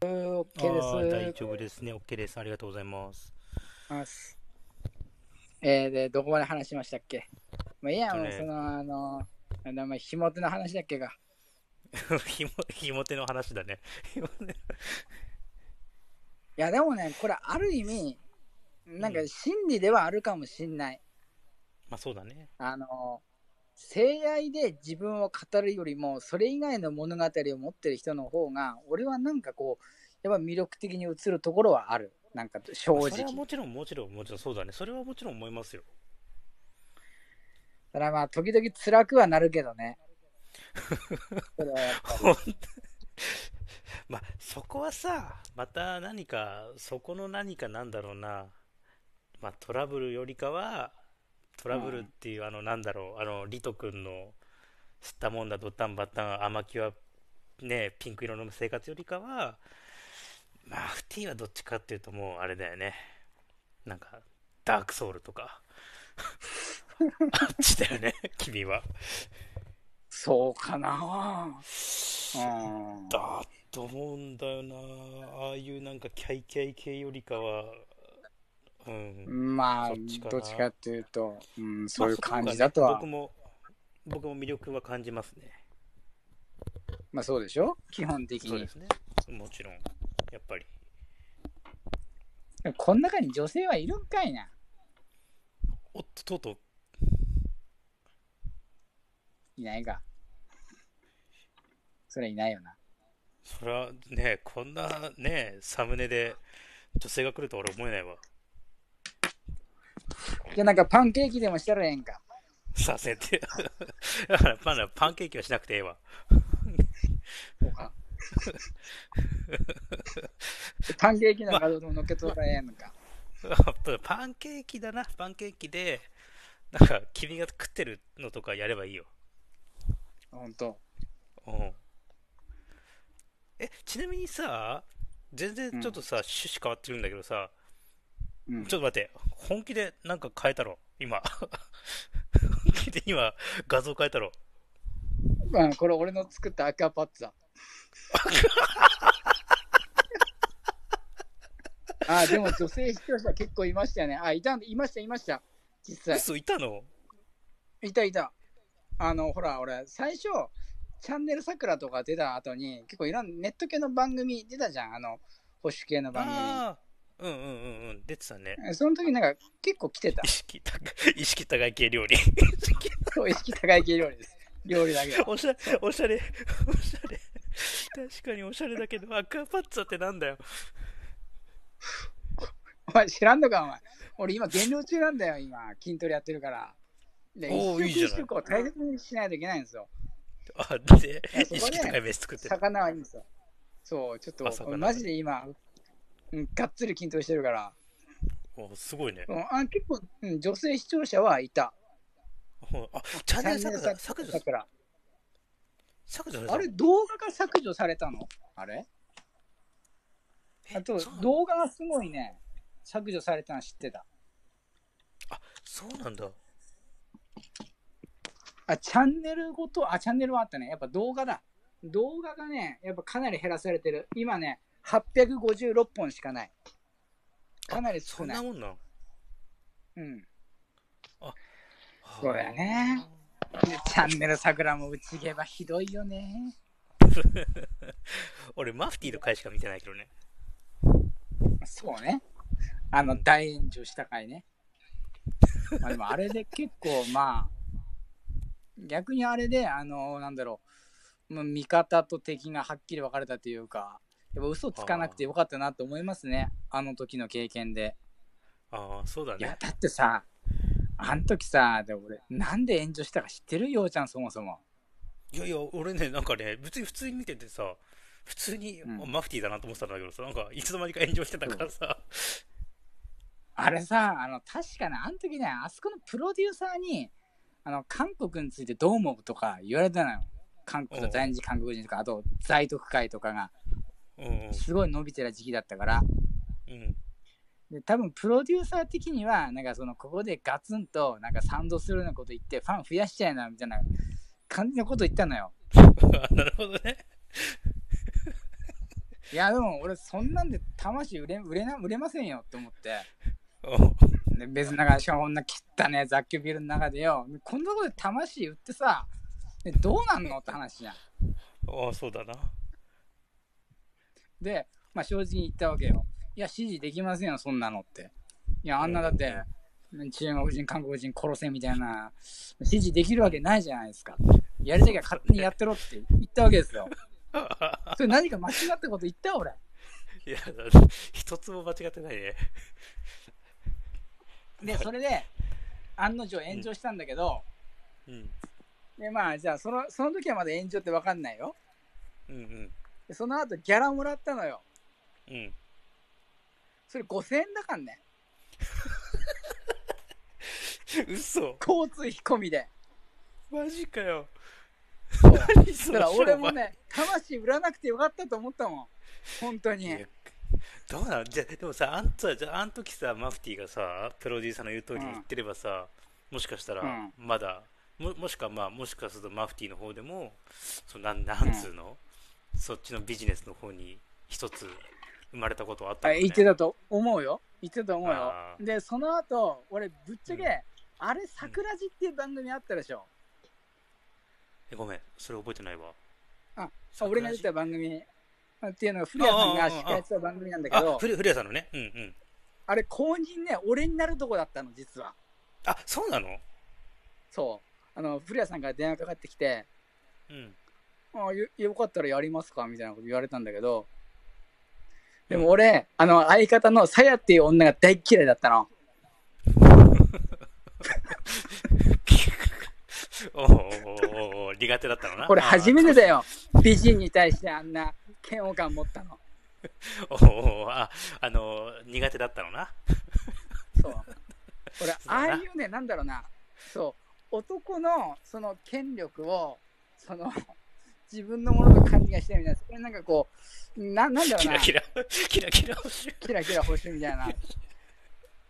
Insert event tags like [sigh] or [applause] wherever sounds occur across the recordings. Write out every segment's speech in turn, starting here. OK 大で丈夫ですね。OK です。ありがとうございます。 [laughs] す。えー、で、どこまで話しましたっけまあ、いいや、もうえっとねその、あの、なんだ、まあ、ひもての話だっけか。ひも、ひも手の話だね。 [laughs] ひも手いや、でもね、これ、ある意味、なんか、真理ではあるかもしんない。まあそうだね。あの、性愛で自分を語るよりも、それ以外の物語を持ってる人の方が、俺はなんかこう、やっぱ魅力的に映るところはある。なんか、正それは直。もちろん、もちろん、もちろん、そうだね。それはもちろん思いますよ。ただまあ、時々辛くはなるけど [laughs] ね。それはやっぱり本当にまあそこはさ、また何か、そこの何かなんだろうな、まあトラブルよりかは、トラブルっていう、あの、なんだろう、あの、リト君の、吸ったもんだ、ドッタンバッタン、甘きは、ね、ピンク色の生活よりかは、まあ、フティはどっちかっていうと、もう、あれだよね、なんか、ダークソウルとか、 [laughs] あっちだよね、君は。そうかなうん。だと思うんだよなああいうなんかキャイキャイ系よりかはうんまあそっちか、などっちかっていうと、うん、そういう感じだとは、まあその方がね僕も僕も魅力は感じますねまあそうでしょ基本的そうにで。すねもちろんやっぱりでもこの中に女性はいるんかいな。おっととうとういないか。それいないよな。それはねこんなねサムネで女性が来るとは俺思えないわじゃあなんかパンケーキでもしたらええんか。させて [laughs] だからパンダパンケーキはしなくてええわ [laughs] そうかパンケーキの画像でも乗っけとったらええのか。あパンケーキだなパンケーキでなんか君が食ってるのとかやればいいよほんと。うんえ、ちなみにさ、全然ちょっとさ、趣旨変わってるんだけどさ、うんちょっと待って、本気でなんか変えたろ、今。 [laughs] 本気で今、画像変えたろ。うん、これ俺の作ったアクアパッツァ。あでも女性視聴者結構いましたよね。あいたんいました、いました。実際。嘘、いたのいたいた。あの、ほら、俺、最初、チャンネル桜とか出た後に、結構いろんなネット系の番組出たじゃん、あの、保守系の番ああ、うんうんうんうん、出てたね。組。その時なんか結構来てた意。識高い、意識高い系料理。そう、意識高い系料理です。料理だけど。おしゃれ、おしゃれ、おしゃれ。確かにおしゃれだけど、アクアパッツァってなんだよ。お前知らんのか、お前。俺今減量中なんだよ、今。筋トレやってるから。で、お一食ーいいじゃ一ない食を大切にしないといけないんですよ。あ、でやそこ、で意識高い飯作ってる。魚はいいんですよ。そう、ちょっあと、魚マジで今、うん、がっつり筋トレしてるから。おすごいねう。ん、あ結構、うん、女性視聴者はいた。あ、チャンネル削除、チャン削ネル除さだ、から削除されたあれ、動画が削除されたのあれえあとそう、動画がすごいね、削除されたの知ってた。そうなんだ。あ、チャンネルごと、あ、チャンネルはあったね。やっぱ動画だ。動画がね、やっぱかなり減らされてる。今ね、856本しかない。かなりそ少んな。ないもんなん。うん。そそうだよね。でチャンネル桜もうちげばひどいよね。俺、マフティーの回しか見てないけどね。そうね。あの、大炎上した回ね。まあでも、あれで結構、まあ、逆にあれで、あの、なんだろう、まあ、味方と敵がはっきり分かれたというか、やっぱ嘘つかなくてよかったなと思いますね。あの時の経験で。ああ、そうだいやね、。だってさ、あの時さ、で俺、なんで炎上したか知ってるようちゃん、そもそも。いやいや、俺ね、なんかね、別に普通に見ててさ、普通に、うんあマフティーだなと思ってたんだけどさ、なんか、いつの間にか炎上してたからさ、あれさ、あの、確かね、あの時ね、あそこのプロデューサーに、あの、韓国についてどう思うとか言われたのよ。韓国おとう在日韓国人とか、あと在特会とかが、うんうん、すごい伸びてた時期だったから。うん。 [laughs] で、多分プロデューサー的には、なんかその、ここでガツンと、なんか賛同するようなこと言って、ファン増やしちゃいな、みたいな感じのこと言ったのよ。なるほどね。いや、でも俺、そんなんで魂売れ売れな売れませんよって思って。おで別になんかしかもこんな汚ね雑居ビルの中でよこんなとこで魂売ってさでどうなんのって話じゃんおそうだな。で、まあ、正直に言ったわけよいや支持できませんよそんなのっていやあんなだって中国人韓国人殺せみたいな支持できるわけないじゃないですかやりたきゃ勝手にやってろって言ったわけですよそれ何か間違ったこと言った俺いや、 [laughs] 一つも間違ってないね。でそれで案の定炎上したんだけど、うん。でまあじゃあそのその時はまだ炎上って分かんないようんでその後ギャラもらったのようん。うん。それ5000円だからね。嘘交通費込みで。マジかよ。そう何だそかのら俺も商売ね、魂売らなくてよかったと思ったもん。本当いに。やどうなのじゃでもさあんたじゃあん時さマフティーがさプロデューサーの言う通りに言ってればさ、もしかしたらうんまだ、ももしかまあもしかするとマフティーの方でもそのなんなんつうの、そっちのビジネスの方に一つ生まれたことはあったあのね言ってたと思うよ。言ってたと思うよあ。ーで、その後、俺、ぶっちゃけ、うんあれ、桜地っていう番組あったでしょ。えごめんそれ覚えてないわあ桜俺が出てた番組っていうのが、古谷さんが司会してた番組なんだけあど、古古谷さんのねうんうんあれ、公認ね、俺になるとこだったの、実は。あそうなのそう。あの、古谷さんから電話かかってきて、うんあよよかったらやりますかみたいなこと言われたんだけど、でも俺、あの、相方のさやっていう女が大嫌いだったの。おーおーおーおー苦手だったのなこれあー初めてだよ。美人に対してあんな嫌悪感持ったの。おーおーああの苦手だったのなそう。俺、あそうだなあいうね、なんだろうな、そう、男のその権力を、その、自分のものと勘違いしてるみたいな、それなんかこう、ななんだろうキなラ、キラキラキラ欲しいキラキラ欲しいみたいな。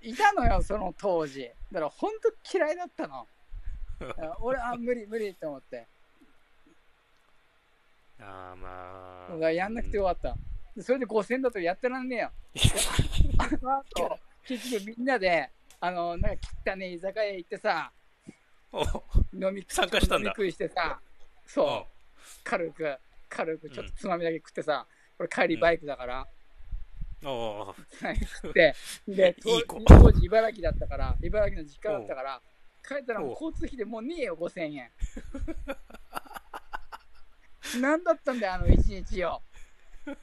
いたのよ、その当時。だから、本当嫌いだったの。俺、あ、無理、無理って思って。ああだまかあらやんなくてよかった。でそれで5000だとやってらんねえ [laughs] よ。あの後、結局みんなで、あの、なんか汚ねえ居酒屋行ってさ、お飲み参加したん飲みだ食いしてさ、おそう、軽く、軽く、ちょっとつまみだけ食ってさ、俺帰うりんバイクだから、おお食って、で、 [laughs] いい子当当時茨城だったから、茨城の実家だったから、帰ったらもうおう交通費でもうねえよ、5000円。 [laughs] 何だったんだよ、あの一日よ。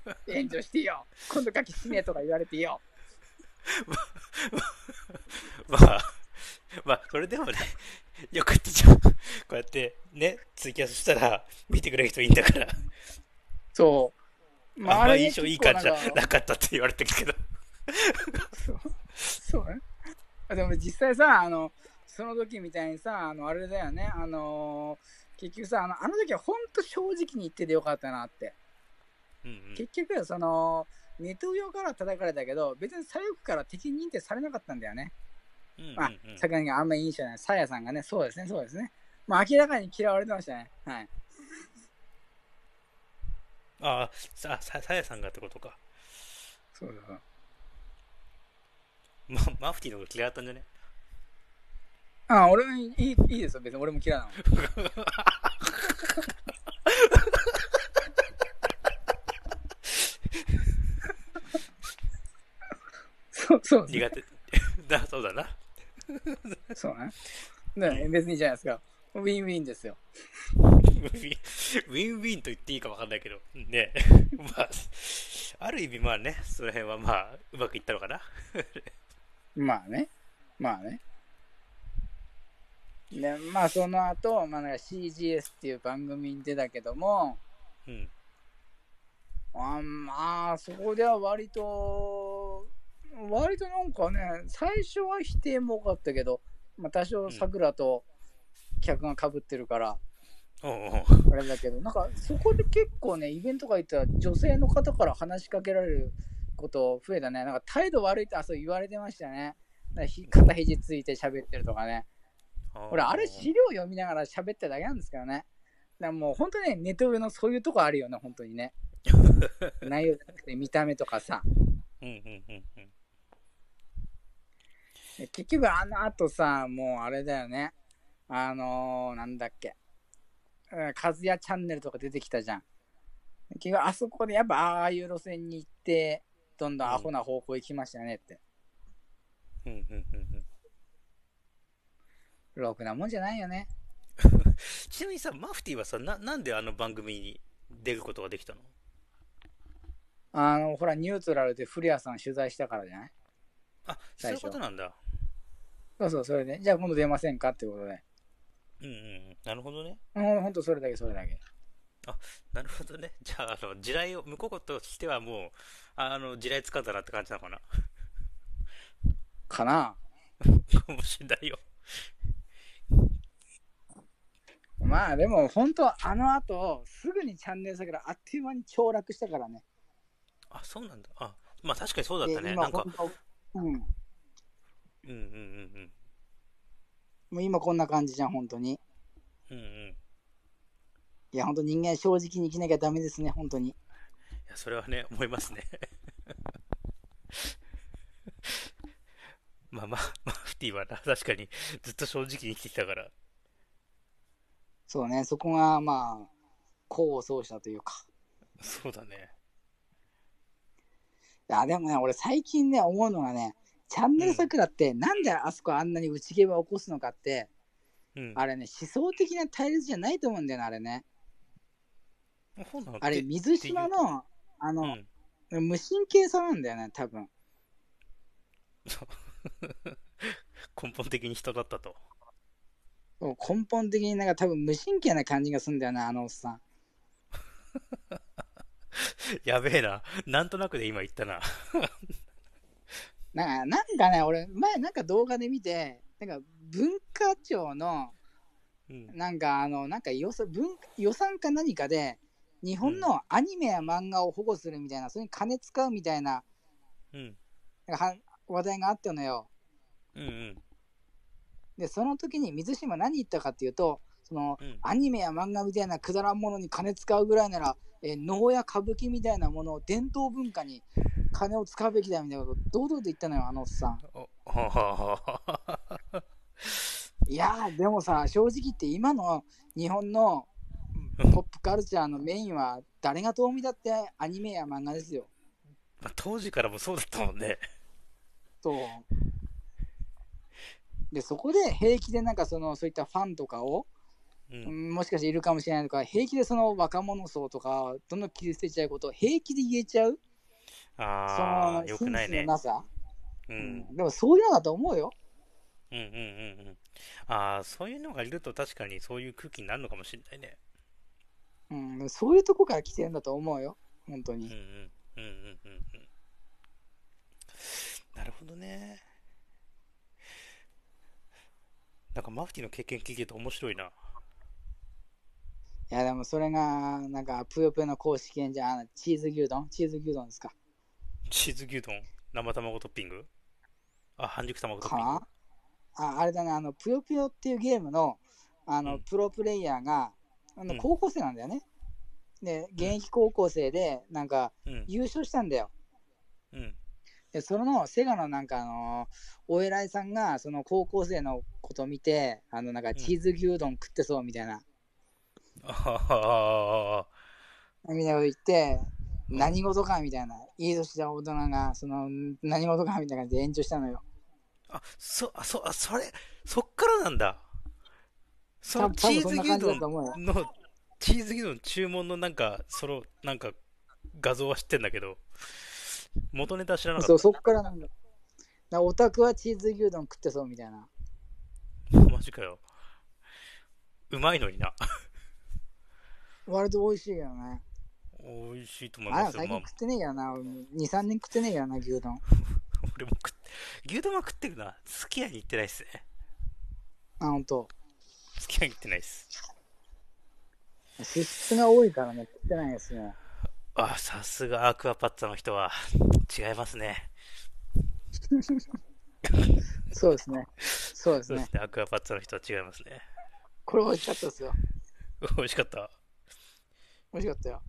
[laughs] 炎上してよ。今度書き死ねとか言われてよ。まあまあそれでもねよかったじゃんこうやってねツイキャスしたら見てくれる人いいんだからそう。あんまれりね印象いい感じじゃ結構なんなかかったって言われてるけどそうそうね。あでも実際さ、あの、その時みたいにさ、あの、あれだよね、あのー結局さあの、あの時は本当正直に言っててよかったなって。うんうん結局そのネトウヨから叩かれたけど別に左翼から敵認定されなかったんだよね、うんうんまあさかにあんまり印象ないさやさんがねそうですねそうですねまあ明らかに嫌われてましたねはいあさささやさんがってことかそうそうそうまマフティーの方が嫌だったんじゃねあ俺もいいいいですよ別に俺も [laughs] 嫌なのそうそうですね苦手 [laughs] だそうだなそうねだからね別にいいじゃないですかウィンウィンですよウィンウィンウィンと言っていいか分かんないけど、ね、 [laughs] まあ、ある意味、まあね、その辺はまあ、うまくいったのかな。まあね。まあね。で、まあその後、まあ、なんか CGS っていう番組に出たけども、うん。あまあそこでは割と、割となんかね、最初は否定も多かったけど、まあ多少桜と客がかぶってるから、おうおうあれだけど、なんかそこで結構ね、イベントが行ったら女性の方から話しかけられること増えたね。なんか態度悪いってあそう言われてましたね。なんかひ肩肘ついて喋ってるとかね。俺、あれ資料読みながら喋ってるだけなんですけどね。だからもう本当ね、ネトウヨのそういうとこあるよね、本当にね。内容じゃなくて見た目とかさ。うんうんうんうん。結局あの後さ、もうあれだよね。あのー、なんだっけ。うんカズヤチャンネルとか出てきたじゃん。結局あそこでやっぱああいう路線に行って、どんどんアホな方向行きましたねって。うんうんうんうん。ろくなもんじゃないよね。ちなみにさ、マフティーはさ、ななんであの番組に出ることができたのあの、ほら、ニュートラルで古谷さん取材したからじゃないあ、そ最ういう初ことなんだ。そうそう、それで。じゃあ今度出ませんかってことで。うんうんうん。なるほどね。ほんほんとそれだけ、それだけ。なるほどね。 [laughs] じゃあ、あの、地雷を、向こうとしてはもう、ああの、地雷使ったなって感じなのかな。 [laughs] かなかもしれないよ。まあでも本当あの後すぐにチャンネル下げらあっという間に凋落したからね。あ、そうなんだ。あ、まあ確かにそうだったでね。今なんかほ、んとうん。もうんうんうんう今こんな感じじゃん、本当に。うん。うんうん。いいや、本当人間正直に生きなきゃダメですね、本当に。や、それはね、思いますね。 [laughs] まあまあ、マフティーはな、確かにずっと正直に生きてきたから。そうね、そこがまあ、功を奏したというか。そうだね。いや、でもね、俺最近ね、思うのがね、チャンネル桜って、なんであそこあんなに内毛を起こすのかって、うん。あれね、思想的な対立じゃないと思うんだよね、あれね。そうなのあれ、で水島の、あうの、ん。無神経さなんだよね、多分。根本的に人だったと。 [laughs] そう根本的になんか多分無神経な感じがするんだよな、あのおっさん。やべえな。なんとなくで今言ったな。なんかなんかね、俺、前なんか動画で見て、なんか文化庁の、うん。なんかあの、なんか予算文予算か何かで、日本のアニメや漫画を保護するみたいな、それに金使うみたいなうん。なんかは話題があったのよ。うんうん。で、その時に水島何言ったかっていうと、その、うん。アニメや漫画みたいなくだらんものに金使うぐらいなら、えー能や歌舞伎みたいなものを伝統文化に金を使うべきだみたいなこと堂々と言ったのよ、あのおっさん。おはははは。いやー、でもさ、正直言って今の日本のうんポップカルチャーのメインは誰がどう見たってアニメや漫画ですよ。 [laughs] まあ、当時からもそうだったもんね。と。で、そこで平気でなんかその、そういったファンとかを、う。うんんもしかしているかもしれないとか、平気でその若者層とか、どんどん切り捨てちゃうことを平気で言えちゃうそあのあ、よくないセンスねの。なさ、う。うんでもそういうのだと思うよ。うんうんうんうん。ああ、そういうのがいると確かにそういう空気になるのかもしれないね。うん、でもそういうとこから来てるんだと思うよ。本当うんうに。ん。うんうんうんうん。なるほどね。なんかマフティの経験聞いてて面白いな。いや、でもそれが、なんか、ぷよぷよの公式演じゃん、あのチーズ牛丼チーズ牛丼ですか。チーズ牛丼、生卵トッピングあ、半熟卵トッかピングなああれだね、あの、ぷよぷよっていうゲームの、あの、うんプロプレイヤーが、あうのん高校生なんだよね。で、現役高校生で、なんか、うん。優勝したんだよ。うん。で、その、セガのなんか、あのお偉いさんが、その高校生のこと見て、あの、なんか、チーズ牛丼食ってそうみたいな、ああ、みたいなこと言って、うん何事かみたいな、いい年した大人が、その、何事かみたいな感じで炎上したのよ。あ、そ、あ、そ、あ、それ、そっからなんだ。そ多の分チ多分ーそズんな牛感じだ丼と思うよ。の、チーズ牛丼注文のなんか、その、なんか、画像は知ってんだけど、元ネタは知らなかそう、っそっからなんだ。なオタクはチーズ牛丼食ってそうみたいな。た。マジかよ。うまいのにな。割と美味しいけどね。美味しいと思いあまれすよ。最まあ近、食ってねえけどな。俺2、3年食ってねえけどな、牛丼。俺も食っ牛丼は食ってるな。すき家に行ってないっすね。あ、ほんと。すき家に行ってないっす。脂質が多いからね、食ってないですね。あ、さすがアクアパッツァの人は、違いますね。そうですね。そうですそうで [laughs] ねす。ね。アクアパッツァの人は違いますね。 [laughs] これ美味しかったですよ。美味しかった。美味しかったよ。